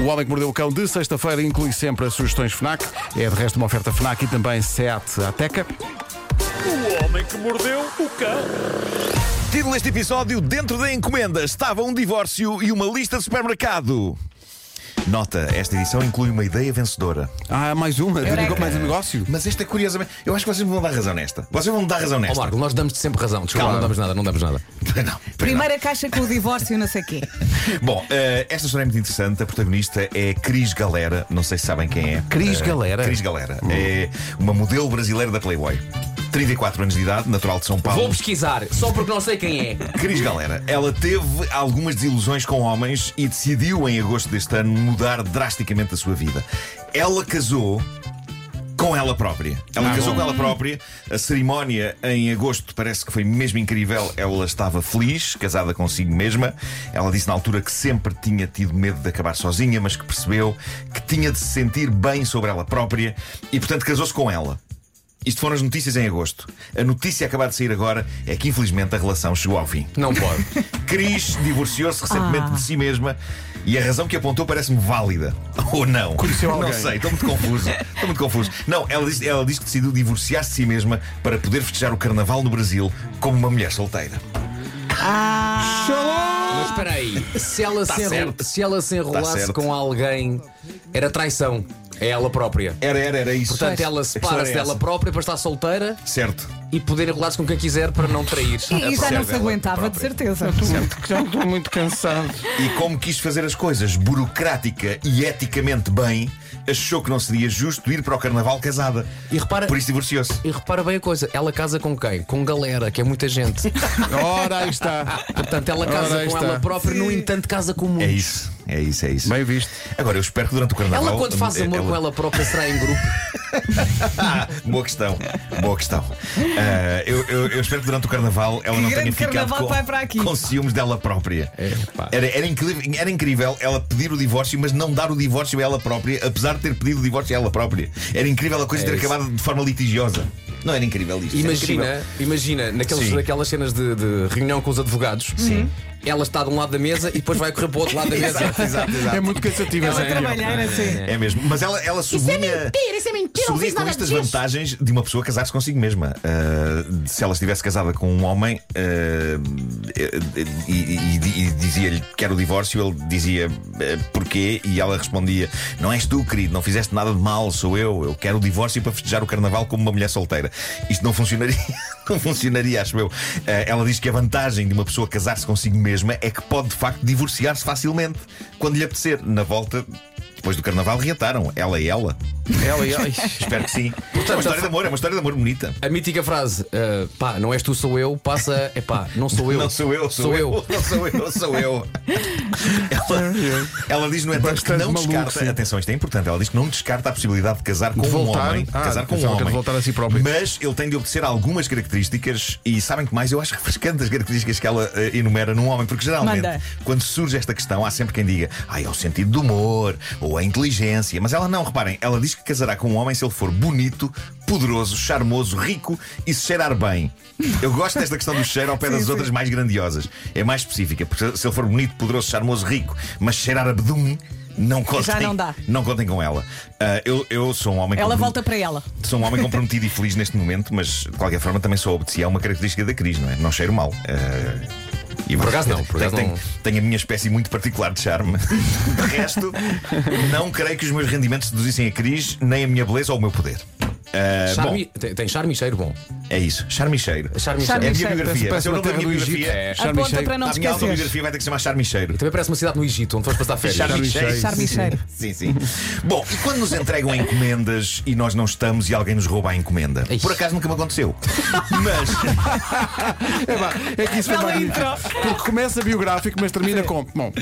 O Homem que Mordeu o Cão de sexta-feira inclui sempre as sugestões FNAC. É de resto uma oferta FNAC e também SEAT Ateca. O homem que mordeu o cão. Título deste episódio: Dentro da encomenda estava um divórcio e uma lista de supermercado. Nota: esta edição inclui uma ideia vencedora. Ah, mais uma. Mais um negócio. Mas esta, curiosamente, eu acho que vocês me vão dar razão nesta. Vocês vão me dar razão Ó nesta. Marco, nós damos-te sempre razão. Desculpa, Calma. não damos nada, não damos nada. Não, Primeira caixa com o divórcio, não sei quê. Bom, eh, esta história é muito interessante. A protagonista é Cris Galera. Não sei se sabem quem é. Cris Eh, Galera? Cris Galera. É uma modelo brasileira da Playboy. 34 anos de idade, natural de São Paulo. Vou pesquisar, só porque não sei quem é. Cris Galera, ela teve algumas desilusões com homens e decidiu em agosto deste ano mudar drasticamente a sua vida. Ela casou com ela própria. Ela casou com ela própria. A cerimónia em agosto parece que foi mesmo incrível. Ela estava feliz, casada consigo mesma. Ela disse na altura que sempre tinha tido medo de acabar sozinha, mas que percebeu que tinha de se sentir bem sobre ela própria e, portanto, casou-se com ela. Isto foram as notícias em agosto. A notícia acabada de sair agora é que, infelizmente, a relação chegou ao fim. Não pode. Cris divorciou-se recentemente de si mesma e a razão que apontou parece-me válida. Ou não? Conheceu não alguém. sei, estou muito confuso. Estou muito confuso. Não, ela diz, ela diz que decidiu divorciar-se de si mesma para poder festejar o carnaval no Brasil como uma mulher solteira. Mas espera aí, Tá se ela, se, enro- certo. se ela se enrolasse certo. com alguém, era traição. É ela própria. Era, era, era isso. Portanto, ela A separa-se história é dela essa. própria para estar solteira Certo. e poder enrolar-se com quem quiser para não trair. E já Serve não se É ela aguentava, de própria. certeza. Já estou muito cansado. E como quis fazer as coisas burocrática e eticamente bem, achou que não seria justo ir para o carnaval casada. E repara- Por isso divorciou-se. E repara bem a coisa, ela casa com quem? Com galera, que é muita gente. Ora, aí está. Portanto, ela Ora, casa aí com está. ela própria, no entanto, casa com É muitos. isso, é isso, é isso. Bem visto. Agora, eu espero que durante o carnaval. hum, Ela, quando faz amor com ela própria, será em grupo. Boa questão, boa questão. Ah, eu, eu- eu espero que durante o carnaval ela não tenha grande ficado carnaval com, vai para aqui. com ciúmes dela própria. Era, era incrível, era incrível ela pedir o divórcio, mas não dar o divórcio a ela própria, apesar de ter pedido o divórcio a ela própria. Era incrível a coisa ter isso. acabado de forma litigiosa. Não era incrível isto? era incrível. Imagina, imagina naqueles, Sim. naquelas cenas de, de reunião com os advogados. Sim. Ela está de um lado da mesa e depois vai correr para o outro lado da mesa. Exato, exato, exato. É muito cansativo Ela essa reunião. trabalhar assim. É mesmo, mas ela, ela sublinha. isso é mentira, Sublinha com estas vantagens de uma pessoa casar-se consigo mesma. Ah, se ela estivesse casada com um homem ah, e, e- e- e dizia-lhe quero o divórcio, ele dizia "Eh, porquê? E ela respondia: Não és tu, querido, não fizeste nada de mal, sou eu. Eu quero o divórcio para festejar o carnaval como uma mulher solteira. Isto não funcionaria. Não funcionaria, acho eu. Ah, ela diz que a vantagem de uma pessoa casar-se consigo mesma é que pode, de facto, divorciar-se facilmente quando lhe apetecer. Na volta, depois do carnaval, reataram. Ela e ela. Ela e ela. Espero que sim. é uma história de amor, é uma história de amor bonita. A mítica frase, ah, pá, não és tu, sou eu, passa, é pá, não sou eu. Não sou eu, sou, eu. Não sou eu, sou eu. Ela, ela diz, no entanto, que Bastante não maluco, descarta. sim. Atenção, isto é importante. Ela diz que não descarta a possibilidade de casar com De um voltar? homem. de Ah, casar com pensava um que era homem. de voltar a si próprio. Mas ele tem de obedecer algumas características e sabem que mais eu acho refrescante as características que ela eh, enumera num homem, porque geralmente, Manda. quando surge esta questão, há sempre quem diga ai, é o sentido do humor ou a inteligência. Mas ela não, reparem, ela diz que casará com um homem se ele for bonito, poderoso, charmoso, rico e se cheirar bem. Eu gosto desta questão do cheiro ao pé das outras mais grandiosas. É mais específica, porque se ele for bonito, poderoso, charmoso, rico, mas cheirar abdômen. Não contem, não dá. não contem com ela. Ah, eu, eu sou um homem Ela com- volta para ela. Sou um homem comprometido e feliz neste momento, mas de qualquer forma também só obedeci a uma característica da Cris, não é? Não cheiro mal. Eh, e Por acaso não, por acaso tenho, não. tenho- tenho a minha espécie muito particular de charme. De resto, não creio que os meus rendimentos seduzissem a Cris, nem a minha beleza ou o meu poder. Eh, Charme, bom, tem, tem charme e cheiro bom. é isso. Charme e cheiro. Charme e Charme É a minha e cheiro. cheiro. biografia. Parece Se eu uma não terra tenho a do minha Egito. É. biografia. Charme e Aponta para cheiro. não A te minha esquecer. autobiografia vai ter que se chamar Charme e Cheiro. É, Também parece uma cidade no Egito onde foste passar férias. Charme e cheiro. Charme e cheiro. Sim, sim. Bom, e quando nos entregam encomendas e nós não estamos e alguém nos rouba a encomenda? Ixi. Por acaso nunca me aconteceu. Mas É que isso é Bela magnífico. intro. Porque começa biográfico, mas termina com. Bom,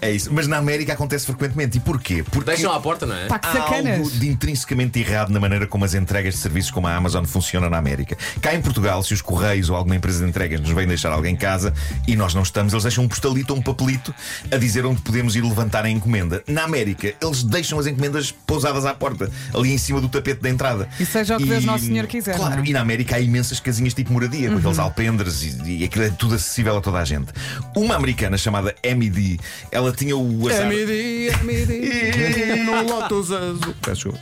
é isso. Mas na América acontece frequentemente. E porquê? Porque Deixam à porta, não é? Pá, que há algo sacanas. de intrinsecamente errado na maneira como as entregas de serviços como a Amazon funcionam na América. Cá em Portugal, se os Correios ou alguma empresa de entregas nos vem deixar alguém em casa e nós não estamos, eles deixam um postalito ou um papelito a dizer onde podemos ir levantar a encomenda. Na América, eles deixam as encomendas pousadas à porta, ali em cima do tapete da entrada. E seja o que Deus Nosso Senhor quiser, Claro, não é? Uhum. e na América há imensas casinhas tipo moradia, com aqueles alpendres e, e aquilo é tudo acessível a toda é a gente. Uma americana chamada Emily D, ela tinha o azar. MD, MD. no Lotus Azul. Peço desculpa.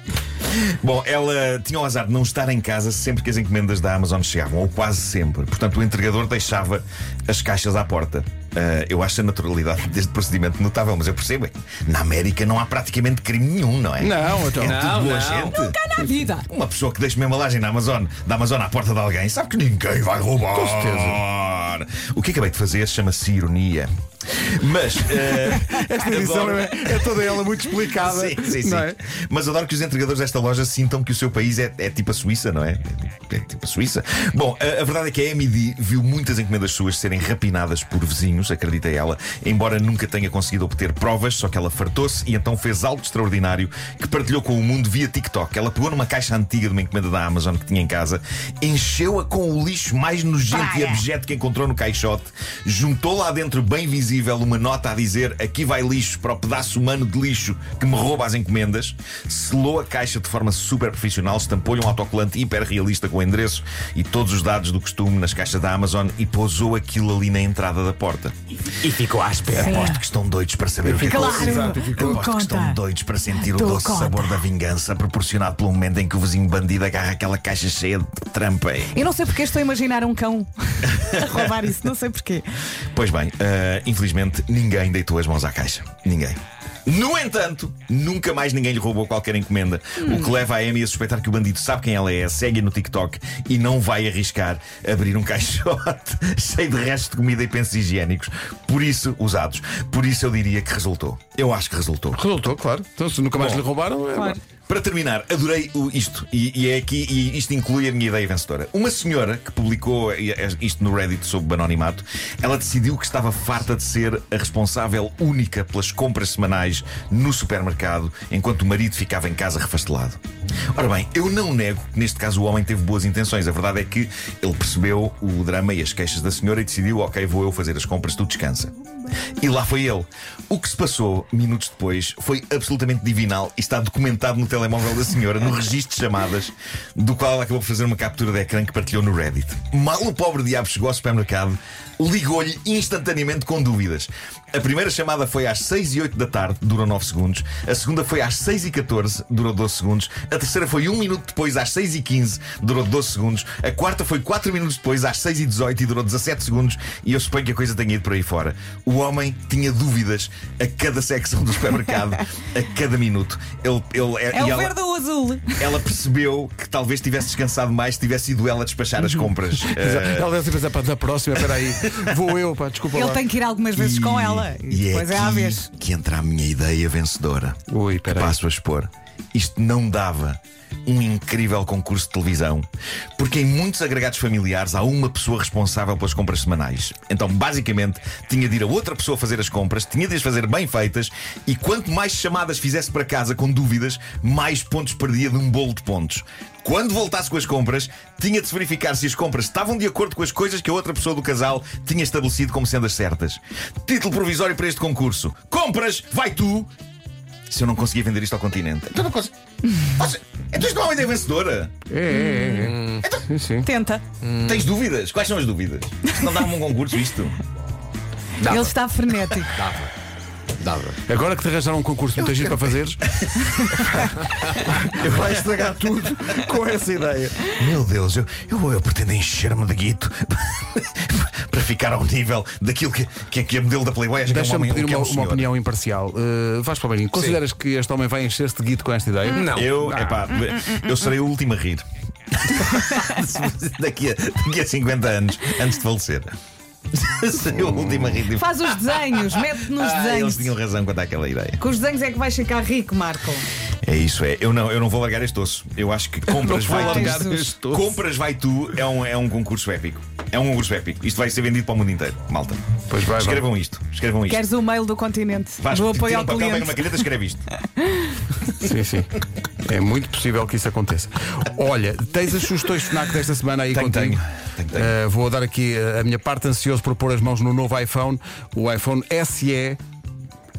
Bom, ela tinha o azar de não estar em casa sempre que as encomendas da Amazon chegavam, ou quase sempre. Portanto, o entregador deixava as caixas à porta. Ah, eu acho a naturalidade deste procedimento notável, mas eu percebo. é, Na América não há praticamente crime nenhum, não é? Não, então. é Não, tudo boa não. gente. Na vida. Uma pessoa que deixa uma embalagem na Amazon, da Amazon à porta de alguém, sabe que ninguém vai roubar. Com certeza. O que acabei de fazer chama-se ironia. Mas. eh, Esta edição adoro- é, é toda ela muito explicada. Sim, sim, sim. Não é? Mas adoro que os entregadores desta loja sintam que o seu país é, é tipo a Suíça, não é? É, é tipo a Suíça. Bom, a, a verdade é que a MD viu muitas encomendas suas serem rapinadas por vizinhos, acredita ela, embora nunca tenha conseguido obter provas, só que ela fartou-se e então fez algo extraordinário que partilhou com o mundo via TikTok. Ela pegou numa caixa antiga de uma encomenda da Amazon que tinha em casa, encheu-a com o lixo mais nojento e Praia. objeto que encontrou no caixote, juntou lá dentro, bem visível, uma nota a dizer: aqui vai lixo para o pedaço humano de lixo que me rouba as encomendas, selou a caixa de forma super profissional, estampou-lhe um autocolante hiper realista com o endereço e todos os dados do costume nas caixas da Amazon e pousou aquilo ali na entrada da porta. E ficou à espera. Aposto que estão doidos para saber o que Claro, aconteceu. Exato, ficou. Aposto que estão conta. doidos para sentir o Tu doce conta. sabor da vingança proporcionado pelo momento em que o vizinho bandido agarra aquela caixa cheia de trampa. Eu não sei porque estou a imaginar um cão a roubar isso, não sei porquê. Pois bem, eh, infelizmente ninguém deitou as mãos à caixa. Ninguém. No entanto, nunca mais ninguém lhe roubou qualquer encomenda. O que leva a Amy a suspeitar que o bandido sabe quem ela é, segue no TikTok e não vai arriscar abrir um caixote cheio de restos de comida e pensos higiênicos. Por isso, usados. Por isso eu diria que resultou. Eu acho que resultou. Resultou, claro. Então, se nunca mais Bom. lhe roubaram, é. Claro. Para terminar, adorei o- isto, e, e é aqui, e isto inclui a minha ideia vencedora. Uma senhora que publicou eh, eh, isto no Reddit sob anonimato, ela decidiu que estava farta de ser a responsável única pelas compras semanais no supermercado, enquanto o marido ficava em casa refastelado. Ora bem, eu não nego que neste caso o homem teve boas intenções. A verdade é que ele percebeu o drama e as queixas da senhora e decidiu: ok, vou eu fazer as compras, tu descansa. E lá foi ele. O que se passou minutos depois foi absolutamente divinal e está documentado no telemóvel da senhora, no registro de chamadas, do qual ela acabou por fazer uma captura de ecrã que partilhou no Reddit. Mal o pobre diabo chegou ao supermercado, ligou-lhe instantaneamente com dúvidas. A primeira chamada foi às 6 e 8 da tarde, durou 9 segundos. A segunda foi às 6 e 14, durou 12 segundos. A terceira foi 1 minuto depois, às 6 e 15, durou 12 segundos. A quarta foi 4 minutos depois, às 6 e 18 e durou 17 segundos. E eu suponho que a coisa tenha ido por aí fora. O homem tinha dúvidas a cada secção do supermercado, a cada minuto. Ele, ele, É e o ela- verde ou o azul? ela percebeu que talvez tivesse descansado mais se tivesse ido ela despachar Uhum. as compras. Exato. Eh, Ela deve pensar, pá, da próxima, peraí. Vou eu, pá, desculpa Ele lá. tem que ir algumas vezes Eh, E- com ela. E, e depois é é, aqui à vez. que entra a minha ideia vencedora. Ui, que peraí. passo a expor. Isto não dava um incrível concurso de televisão, porque em muitos agregados familiares há uma pessoa responsável pelas compras semanais. Então, basicamente, tinha de ir a outra pessoa fazer as compras, tinha de as fazer bem feitas e quanto mais chamadas fizesse para casa com dúvidas, mais pontos perdia de um bolo de pontos. Quando voltasse com as compras, tinha de se verificar se as compras estavam de acordo com as coisas que a outra pessoa do casal tinha estabelecido como sendo as certas. Título provisório para este concurso: Compras, vai tu! Se eu não conseguia vender isto ao continente. Então não consigo. Você- Então isto não é uma ideia vencedora. É, é, é. Sim, sim. Tenta. Tens dúvidas? Quais são as dúvidas? Isto não dá-me um concurso, isto. Tá. Dava, Ele está frenético. dava, dava. Agora que te arranjaram um concurso muito giro para fazeres, vai estragar tudo com essa ideia. Meu Deus, eu, eu, eu pretendo encher-me de guito para ficar ao nível daquilo que, que, que a modelo da Playboy acha que é um Deixa-me homem, pedir que é uma, um uma senhor. opinião imparcial. Uh, Vasco Palmeirinho, consideras que este homem vai encher-se de guito com esta ideia? Não. Eu, epá, Hum, eu serei o último a rir. daqui, a, daqui a 50 anos, antes de falecer. serei o último a rir. Faz os desenhos, mete nos Ah, eles desenhos. tinham razão quanto àquela ideia. Com os desenhos é que vais ficar rico, Marco. É isso, é. Eu não, eu não vou largar este osso. Eu acho que compras Não vou vai largar tu. este osso. Compras vai tu é um, é um concurso épico. É um concurso épico. Isto vai ser vendido para o mundo inteiro, malta. Pois vai, vai. Escrevam isto. Escrevam isto. Queres o mail do continente? Vasco, do apoio tira ao um papel, pega cliente. uma caneta, escreve isto. Sim, sim. É muito possível que isso aconteça. Olha, tens as sugestões FNAC desta semana aí Tenho, contigo? tenho. Tenho, tenho. Eh, vou dar aqui eh, a minha parte ansioso por pôr as mãos no novo iPhone, o iPhone SE.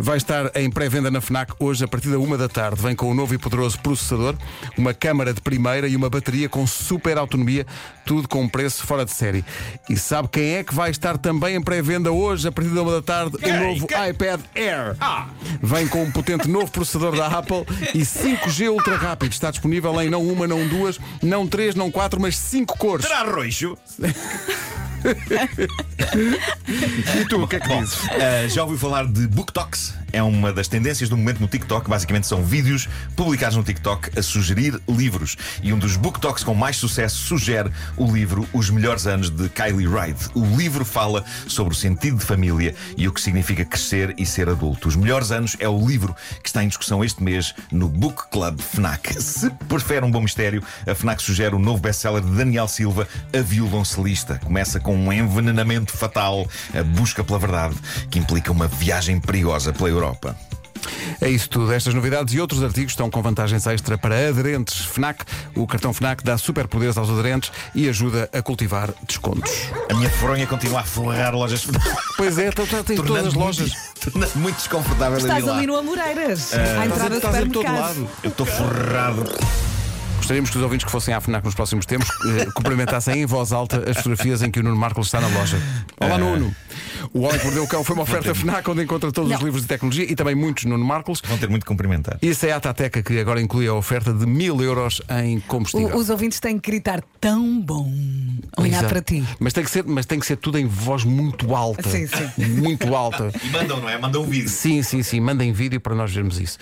vai estar em pré-venda na FNAC hoje a partir da uma da tarde. Vem com um novo e poderoso processador, uma câmara de primeira e uma bateria com super autonomia, tudo com um preço fora de série. E sabe quem é que vai estar também em pré-venda hoje a partir da uma da tarde? o novo iPad Air. Vem com um potente novo processador da Apple e 5G ultra rápido. Está disponível em não uma, não duas, não três, não quatro, mas cinco cores. Será roxo? E tu, o que é que Bom, dizes? ah, já ouvi falar de BookToks. É uma das tendências do momento no TikTok. Basicamente são vídeos publicados no TikTok a sugerir livros. E um dos BookToks com mais sucesso sugere o livro Os Melhores Anos de Kylie Wright. O livro fala sobre o sentido de família e o que significa crescer e ser adulto. Os Melhores Anos é o livro que está em discussão este mês no Book Club FNAC. Se prefere um bom mistério, a FNAC sugere o novo best-seller de Daniel Silva, A Violoncelista. Começa com um envenenamento fatal, a busca pela verdade, que implica uma viagem perigosa pela Europa. É isso tudo. Estas novidades e outros artigos estão com vantagens extra para aderentes FNAC. O cartão FNAC dá superpoderes aos aderentes e ajuda a cultivar descontos. A minha fronha continua a forrar lojas FNAC. Pois é, então já tem todas as tornando-me lojas. muito- Tornando-me muito desconfortável a ir Estás lá. ali no Ah, Amoreiras, à entrada do é Estás em todo supermercado. lado. Eu estou forrado. Gostaríamos que os ouvintes que fossem à FNAC nos próximos tempos eh, cumprimentassem em voz alta as fotografias em que o Nuno Marcos está na loja. Olá, Nuno. O Homem que Mordeu o Cão foi uma oferta FNAC onde encontra todos os Não. livros de tecnologia e também muitos Nuno Marcos. Vão ter muito de cumprimentar. Isso é a Tateca que agora inclui a oferta de mil euros em combustível. O- os ouvintes têm que gritar tão bom a olhar Exato. para ti. Mas tem, que ser, mas tem que ser tudo em voz muito alta. Sim, sim. Muito alta. E mandam, não é? Mandam um vídeo. Sim, sim, sim. Mandem vídeo para nós vermos isso.